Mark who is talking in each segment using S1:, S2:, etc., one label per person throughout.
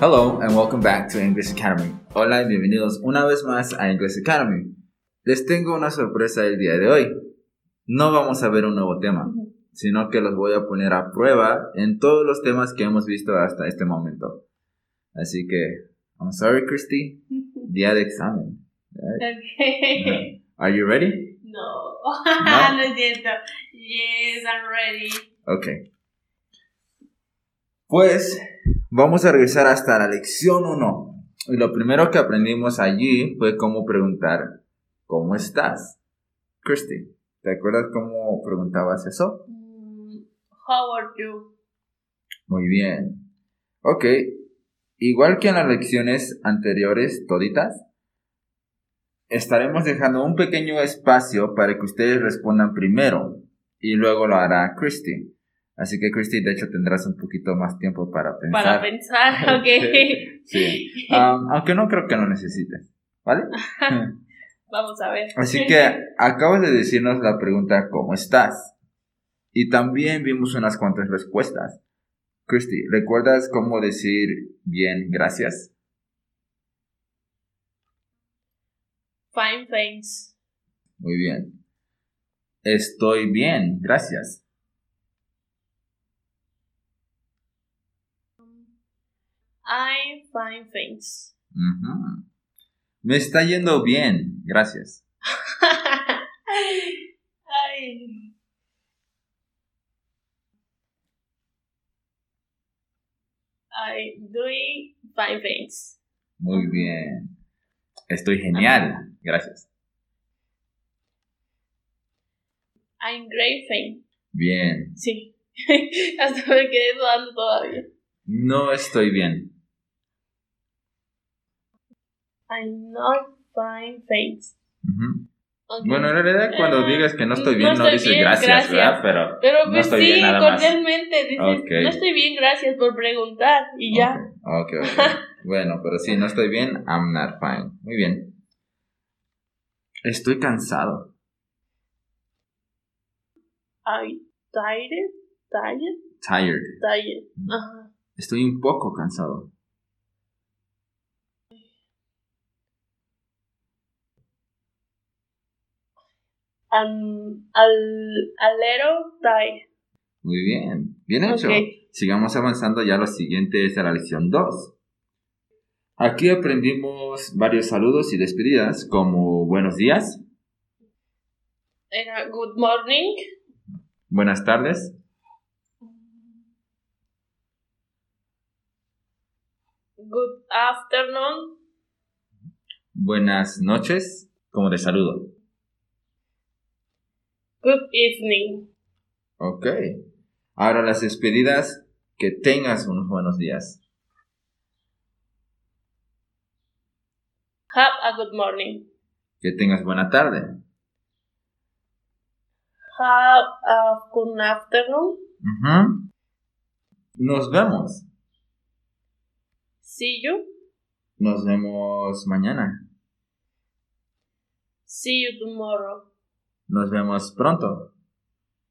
S1: Hello and welcome back to English Academy. Hola y bienvenidos una vez más a English Academy. Les tengo una sorpresa el día de hoy. No vamos a ver un nuevo tema, sino que los voy a poner a prueba en todos los temas que hemos visto hasta este momento. Así que, I'm sorry, Christy. Día de examen.
S2: Okay.
S1: Are you ready?
S2: No.
S1: No?
S2: no es cierto. Yes, I'm ready.
S1: Ok. Pues vamos a regresar hasta la lección 1. Y lo primero que aprendimos allí fue cómo preguntar, ¿cómo estás? Christy, ¿te acuerdas cómo preguntabas eso?
S2: Mm, How are you?
S1: Muy bien. Ok. Igual que en las lecciones anteriores, toditas, estaremos dejando un pequeño espacio para que ustedes respondan primero y luego lo hará Christy. Así que Christy, de hecho, tendrás un poquito más tiempo para pensar.
S2: Para pensar, ok.
S1: Sí. Am, aunque no creo que lo necesites, ¿vale?
S2: Vamos a ver.
S1: Así que acabas de decirnos la pregunta ¿cómo estás? Y también vimos unas cuantas respuestas. Christy, ¿recuerdas cómo decir bien gracias?
S2: Fine, thanks.
S1: Muy bien. Estoy bien, gracias.
S2: I'm fine, thanks.
S1: Ujú. Me está yendo bien, gracias.
S2: Ay. I'm doing fine, thanks.
S1: Muy bien. Estoy genial, gracias.
S2: I'm great, thanks.
S1: Bien.
S2: Sí. Hasta me quedé dudando todavía.
S1: No estoy bien.
S2: I'm not fine, thanks.
S1: Ujú.
S2: Ok.
S1: Bueno, en realidad cuando
S2: Ah,
S1: digas que no estoy
S2: no
S1: bien, no,
S2: estoy
S1: dices
S2: bien,
S1: gracias,
S2: gracias.
S1: ¿verdad? Pero,
S2: Pero
S1: no
S2: pues
S1: estoy
S2: sí,
S1: bien nada más.
S2: cordialmente dices,
S1: Ok.
S2: no estoy bien, gracias por preguntar y ya.
S1: Ok, ok, ok. bueno, pero sí, no estoy bien, I'm not fine. Muy bien. Estoy cansado.
S2: Ay, tired, tired,
S1: Tired.
S2: tired.
S1: Mm.
S2: Ajá.
S1: Estoy un poco cansado.
S2: Um, al, a little tired.
S1: Muy bien. Bien hecho.
S2: Ok.
S1: Sigamos avanzando. Ya lo siguiente es a la lección 2. Aquí aprendimos varios saludos y despedidas, como buenos días,
S2: Era good morning.
S1: buenas tardes,
S2: Good afternoon.
S1: buenas noches, como de saludo.
S2: Good evening.
S1: Ok. Ahora las despedidas, que tengas unos buenos días.
S2: Have a good morning.
S1: Que tengas buena tarde.
S2: Have a good afternoon.
S1: Ujú. Nos vemos.
S2: See you.
S1: Nos vemos mañana.
S2: See you tomorrow.
S1: Nos vemos pronto.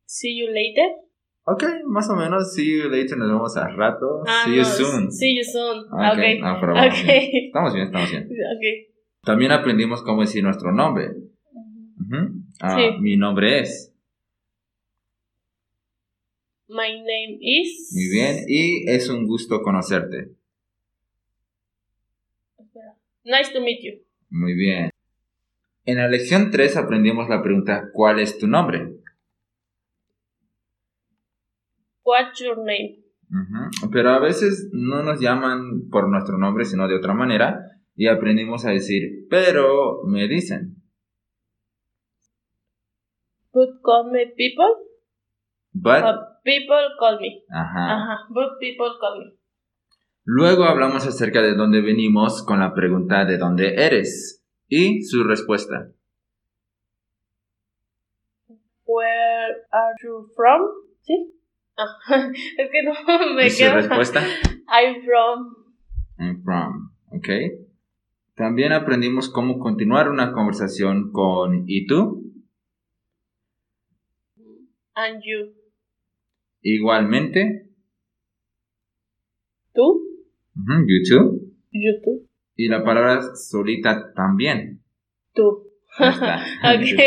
S2: See you later.
S1: Ok, más o menos. See you later. Nos vemos al rato.
S2: Ah,
S1: see you
S2: no,
S1: soon.
S2: See you soon.
S1: Ok,
S2: Okay.
S1: no, pero vamos bien.
S2: Okay.
S1: Estamos bien, estamos bien.
S2: Okay.
S1: También aprendimos cómo decir nuestro nombre. Ujú. Ah,
S2: Sí.
S1: Mi nombre es.
S2: My name is.
S1: Muy bien. Y es un gusto conocerte.
S2: Nice to meet you.
S1: Muy bien. En la lección 3 aprendimos la pregunta ¿Cuál es tu nombre?
S2: What's your name?
S1: Ujú, Pero a veces no nos llaman por nuestro nombre, sino de otra manera, y aprendimos a decir, pero me dicen,
S2: But call me people.
S1: but.
S2: But people call me.
S1: Ajá.
S2: Ajá. But people call me.
S1: Luego hablamos acerca de dónde venimos con la pregunta de dónde eres y su respuesta.
S2: Where are you from? Sí. Ah, es que no me
S1: ¿Y su
S2: quedo.
S1: respuesta?
S2: I'm from.
S1: I'm from. ¿Ok? También aprendimos cómo continuar una conversación con ¿y tú?
S2: And you.
S1: Igualmente,
S2: ¿Tú?
S1: Ujú, YouTube.
S2: YouTube.
S1: Y la palabra solita también.
S2: Tú.
S1: Ahí está.
S2: Ok.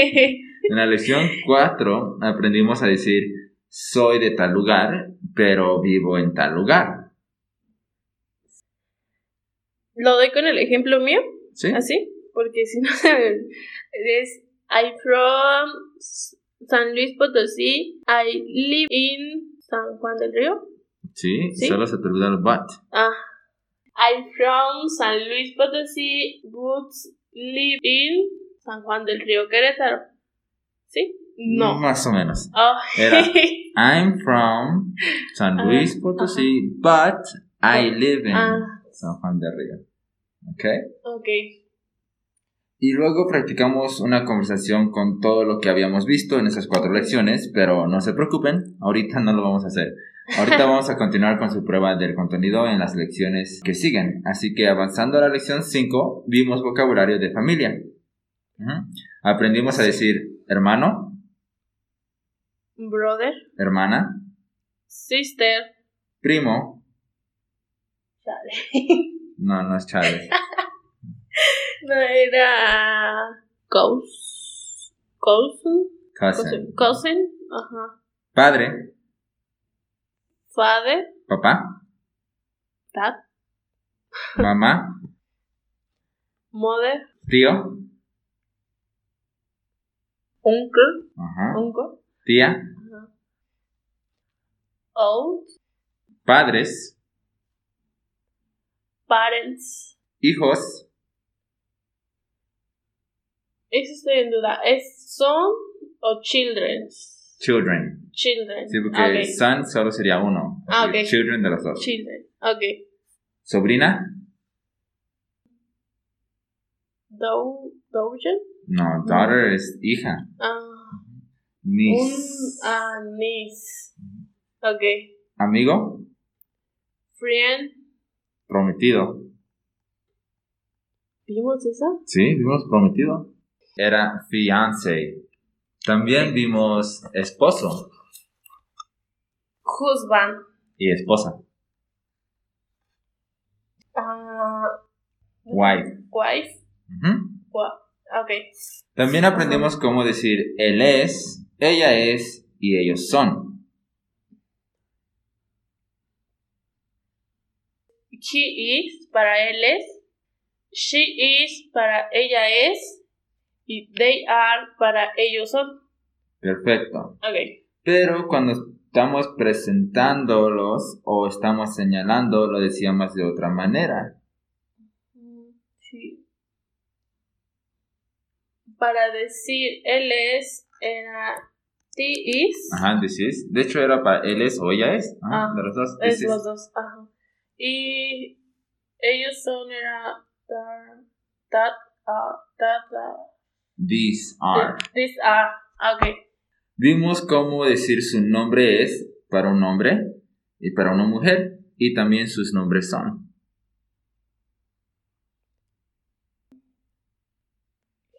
S1: En la lección 4 aprendimos a decir soy de tal lugar, pero vivo en tal lugar.
S2: Lo doy con el ejemplo mío,
S1: ¿Sí?
S2: así, porque si no se me... Es I from S- San Luis Potosí. I live in San Juan del Río.
S1: Sí,
S2: ¿Sí?
S1: solo se te olvidó el but.
S2: Ah. I from San Luis Potosí. Would live in San Juan del Río Querétaro. ¿Sí? No.
S1: Más o menos.
S2: Oh.
S1: Mm. Era I'm from San
S2: Ah,
S1: Luis Potosí, but I live in
S2: ah,
S1: San Juan de Río. ¿Ok?
S2: ok.
S1: Y luego practicamos una conversación con todo lo que habíamos visto en esas cuatro lecciones, pero no se preocupen, ahorita no lo vamos a hacer. Ahorita vamos a continuar con su prueba del contenido en las lecciones que siguen. Así que avanzando a la lección 5, vimos vocabulario de familia. Ujú. Aprendimos a decir hermano,
S2: Brother.
S1: hermana,
S2: Sister.
S1: primo,
S2: Chale.
S1: no, no es Chávez,
S2: No era. Cous. Cousin.
S1: cousin,
S2: Cousin. Pues, Cousin. Ajá.
S1: padre,
S2: Father.
S1: papá,
S2: Dad.
S1: mamá,
S2: Mother.
S1: tío,
S2: Uncle.
S1: ajá,
S2: Uncle.
S1: tía,
S2: Ajá. Old.
S1: padres,
S2: Parents.
S1: hijos,
S2: Eso estoy en duda. ¿Es son o children?
S1: Children.
S2: Children.
S1: Sí, porque
S2: Ok.
S1: son solo sería uno.
S2: Ah,
S1: Así,
S2: ok.
S1: Children de los dos.
S2: Children. Ok.
S1: Sobrina.
S2: Do Dogen.
S1: No, daughter es hija.
S2: Ah, un
S1: Niece.
S2: ah, niece. Ok.
S1: Amigo.
S2: Friend.
S1: Prometido.
S2: ¿Vimos esa?
S1: Sí, vimos prometido. Era fiance. También vimos esposo
S2: Husband.
S1: y esposa.
S2: Ah,
S1: Wife.
S2: wife.
S1: Ujú.
S2: Wa- Ok.
S1: También aprendimos cómo decir él es, ella es y ellos son.
S2: He is para él es. She is para ella es. Y they are para ellos son.
S1: Perfecto.
S2: Ok.
S1: Pero cuando estamos presentándolos o estamos señalando, lo decíamos de otra manera.
S2: Mm, Sí. Para decir él es, era he is.
S1: Ajá, this is. De hecho, era para él es o ella es. Ajá,
S2: Ah,
S1: de los dos.
S2: Es
S1: this is.
S2: los dos, ajá. Y ellos son era dar, that, ah, that, ah,
S1: These are.
S2: this are, ok.
S1: Vimos cómo decir su nombre es para un hombre y para una mujer. Y también sus nombres son.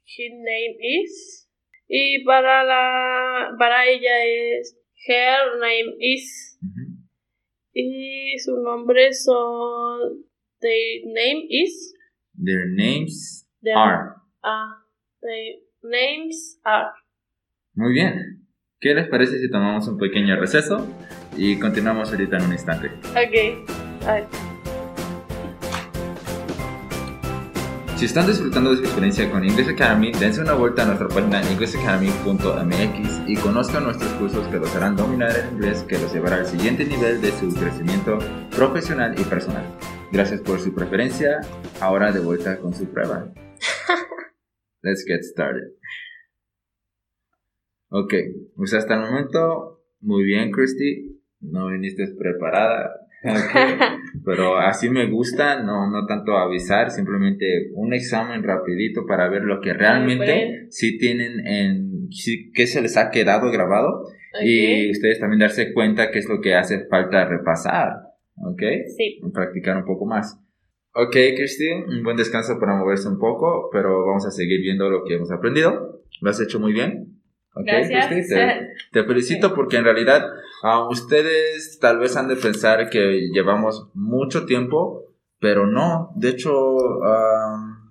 S2: His name is. Y para la, para ella es her name is.
S1: Ujú.
S2: Y su nombre son their name is.
S1: Their names
S2: Their,
S1: are.
S2: ah, their names are.
S1: Muy bien. ¿Qué les parece si tomamos un pequeño receso y continuamos ahorita en un instante?
S2: Ok. Ay,
S1: Si están disfrutando de su experiencia con English Academy, dense una vuelta a nuestra página englishacademy.mx y conozcan nuestros cursos que los harán dominar el inglés que los llevará al siguiente nivel de su crecimiento profesional y personal. Gracias por su preferencia. Ahora de vuelta con su prueba. Let's get started. Ok, pues hasta el momento, muy bien, Christy. No viniste preparada. Ok. Pero así me gusta, no, no tanto avisar, simplemente un examen rapidito para ver lo que realmente
S2: bueno.
S1: sí tienen en, sí, qué se les ha quedado grabado y
S2: ok.
S1: ustedes también darse cuenta qué es lo que hace falta repasar, ¿ok?
S2: Sí.
S1: Practicar un poco más. Ok, Christine, un buen descanso para moverse un poco, pero vamos a seguir viendo lo que hemos aprendido. Lo has hecho muy bien. Ok, Christy, te-
S2: Gracias.
S1: te felicito porque en realidad ah, ustedes tal vez han de pensar que llevamos mucho tiempo Pero no, de hecho, ah,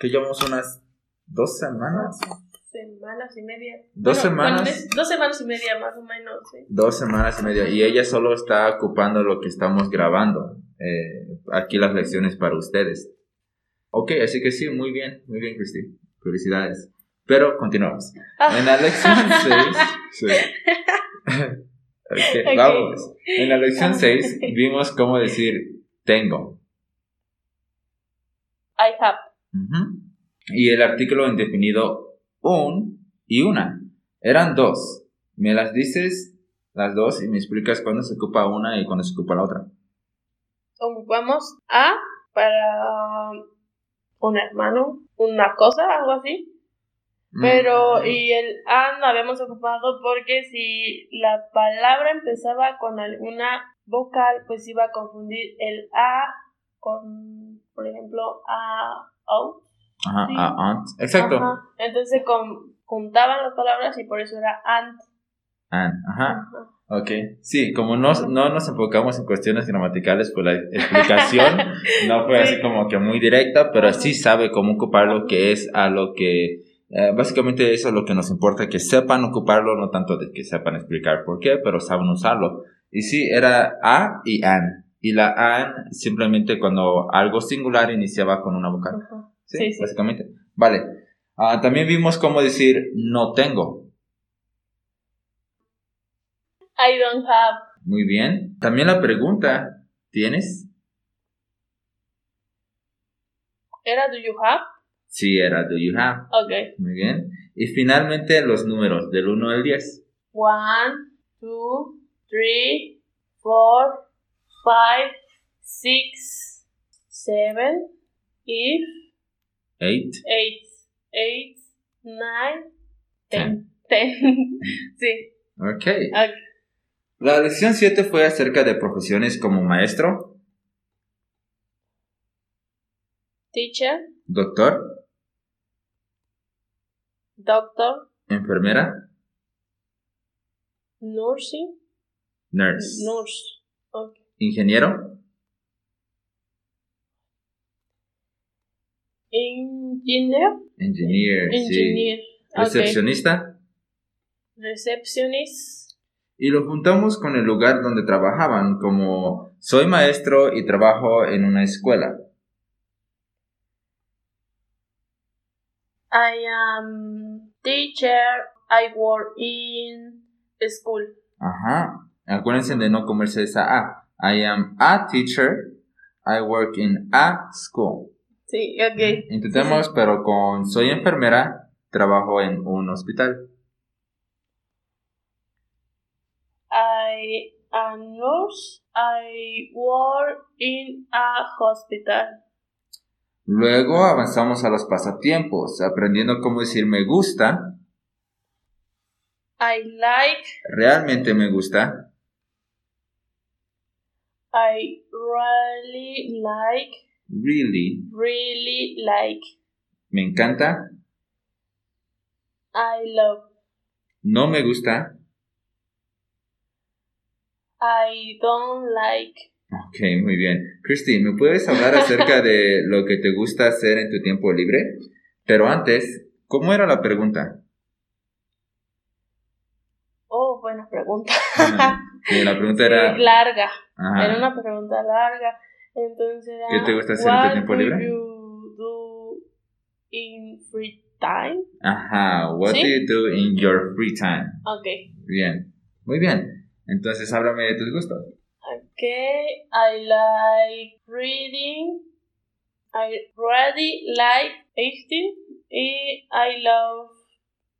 S1: que llevamos unas dos semanas.
S2: Semanas y media.
S1: Dos semanas.
S2: de- dos semanas y media más o menos, sí.
S1: Dos semanas y media. Y ella solo está ocupando lo que estamos grabando. eh, aquí las lecciones para ustedes. Ok, así que sí, muy bien, muy bien, Cristi. Felicidades. Pero continuamos.
S2: Ah,
S1: En la lección 6.
S2: Ok.
S1: Vamos. En la lección 6 vimos cómo decir tengo.
S2: I have.
S1: Ujú. Y el artículo indefinido un y una. Eran dos. Me las dices las dos y me explicas cuándo se ocupa una y cuándo se ocupa la otra.
S2: Ocupamos a para un hermano, una cosa, algo así.
S1: Mm.
S2: Pero, y el a no habíamos ocupado porque si la palabra empezaba con alguna vocal, pues iba a confundir el a con, por ejemplo, a, o.
S1: Ajá,
S2: sí.
S1: ah, aunt. Exacto.
S2: Ajá. Entonces con- juntaban las palabras y por eso era and.
S1: An, Ajá.
S2: Ajá.
S1: Ok. Sí, como no, no nos enfocamos en cuestiones gramaticales, pues la explicación no fue así
S2: Sí.
S1: como que muy directa, pero
S2: Ajá.
S1: sí sabe cómo ocupar lo que es a lo que... eh, básicamente eso es lo que nos importa, que sepan ocuparlo, no tanto de que sepan explicar por qué, pero saben usarlo. Y sí, era a y an. Y la an simplemente cuando algo singular iniciaba con una vocal.
S2: Ajá.
S1: Sí,
S2: Sí, sí.
S1: básicamente. Vale. Ah, también vimos cómo decir no tengo.
S2: I don't have.
S1: Muy bien. También la pregunta, ¿tienes?
S2: ¿Era do you have?
S1: Sí, era do you have.
S2: Ok.
S1: Muy bien. Y finalmente los números del 1 al 10.
S2: One, two, three, four, five, six, seven, if,
S1: 8.
S2: eight, eight, nine,
S1: Ten.
S2: ten. Ten. sí.
S1: Ok.
S2: ok.
S1: La lección 7 fue acerca de profesiones como maestro,
S2: Teacher,
S1: doctor,
S2: doctor,
S1: enfermera,
S2: nursing,
S1: nurse,
S2: nurse. Ok.
S1: ingeniero,
S2: Engineer,
S1: engineer, sí.
S2: engineer. Ok.
S1: recepcionista.
S2: Receptionist.
S1: Y lo juntamos con el lugar donde trabajaban, como soy maestro y trabajo en una escuela.
S2: I am teacher. I work in school.
S1: Ajá. Acuérdense de no comerse esa A. I am a teacher. I work in a school.
S2: Sí,
S1: Mm-hmm.
S2: ok.
S1: Intentemos, pero con soy enfermera, trabajo en un hospital.
S2: I am nurse. I work in a hospital.
S1: Luego avanzamos a los pasatiempos, aprendiendo cómo decir me gusta,
S2: I like.
S1: realmente me gusta,
S2: I really like.
S1: really,
S2: Really like.
S1: me encanta,
S2: I love.
S1: no me gusta,
S2: I don't like.
S1: Ok, muy bien. Christy, ¿me puedes hablar acerca de lo que te gusta hacer en tu tiempo libre? Pero antes, ¿cómo era la pregunta?
S2: Oh, buena pregunta.
S1: Sí, la pregunta era...
S2: Sí, larga.
S1: Ajá.
S2: Era una pregunta larga. Entonces era,
S1: ¿Qué te gusta hacer en tu
S2: "What
S1: tiempo
S2: do
S1: libre?"
S2: you do in free time?
S1: Ajá. What
S2: ¿Sí?
S1: do you do in your free time?
S2: Ok.
S1: Bien. Muy bien. Entonces, háblame de tus gustos.
S2: Ok. I like reading. I really like acting. Y I love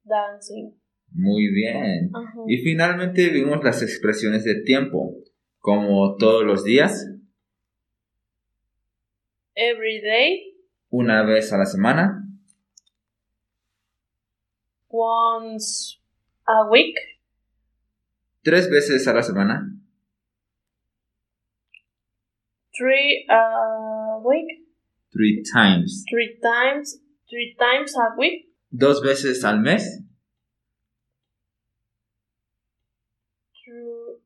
S2: dancing.
S1: Muy bien.
S2: Ajá.
S1: Y finalmente vimos las expresiones de tiempo, como todos los días,
S2: Every day.
S1: una vez a la semana,
S2: Once a week.
S1: tres veces a la semana,
S2: Three a week.
S1: three times,
S2: Three times. Three times a week.
S1: dos veces al mes,
S2: two,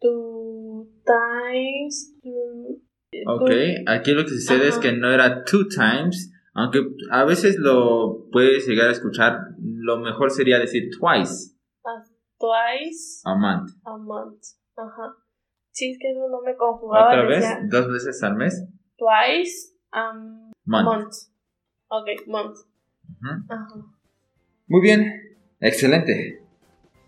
S2: two times two
S1: Ok, aquí lo que sucede es
S2: Ajá.
S1: que no era two times, aunque a veces lo puedes llegar a escuchar, lo mejor sería decir twice,
S2: Twice
S1: a month.
S2: a month. Ajá. Sí, es que no, no me conjugaba.
S1: ¿Otra vez?
S2: decía
S1: ¿Dos veces al mes?
S2: Twice a month.
S1: Month.
S2: Ok, month.
S1: Ujú.
S2: Ajá.
S1: Muy bien, excelente.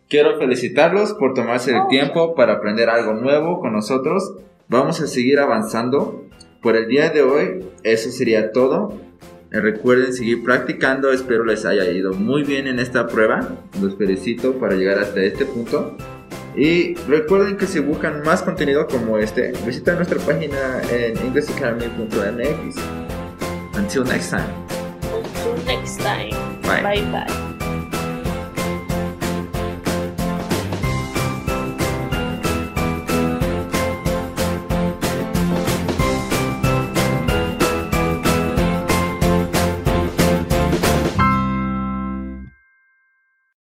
S1: Quiero felicitarlos por tomarse el
S2: Oh.
S1: tiempo para aprender algo nuevo con nosotros. Vamos a seguir avanzando. Por el día de hoy, eso sería todo. Eh, Recuerden seguir practicando. Espero les haya ido muy bien en esta prueba. Los felicito para llegar hasta este punto. Y recuerden que si buscan más contenido como este, visiten nuestra página en englishacademy.mx. Until next time.
S2: Until next time.
S1: Bye.
S2: Bye bye.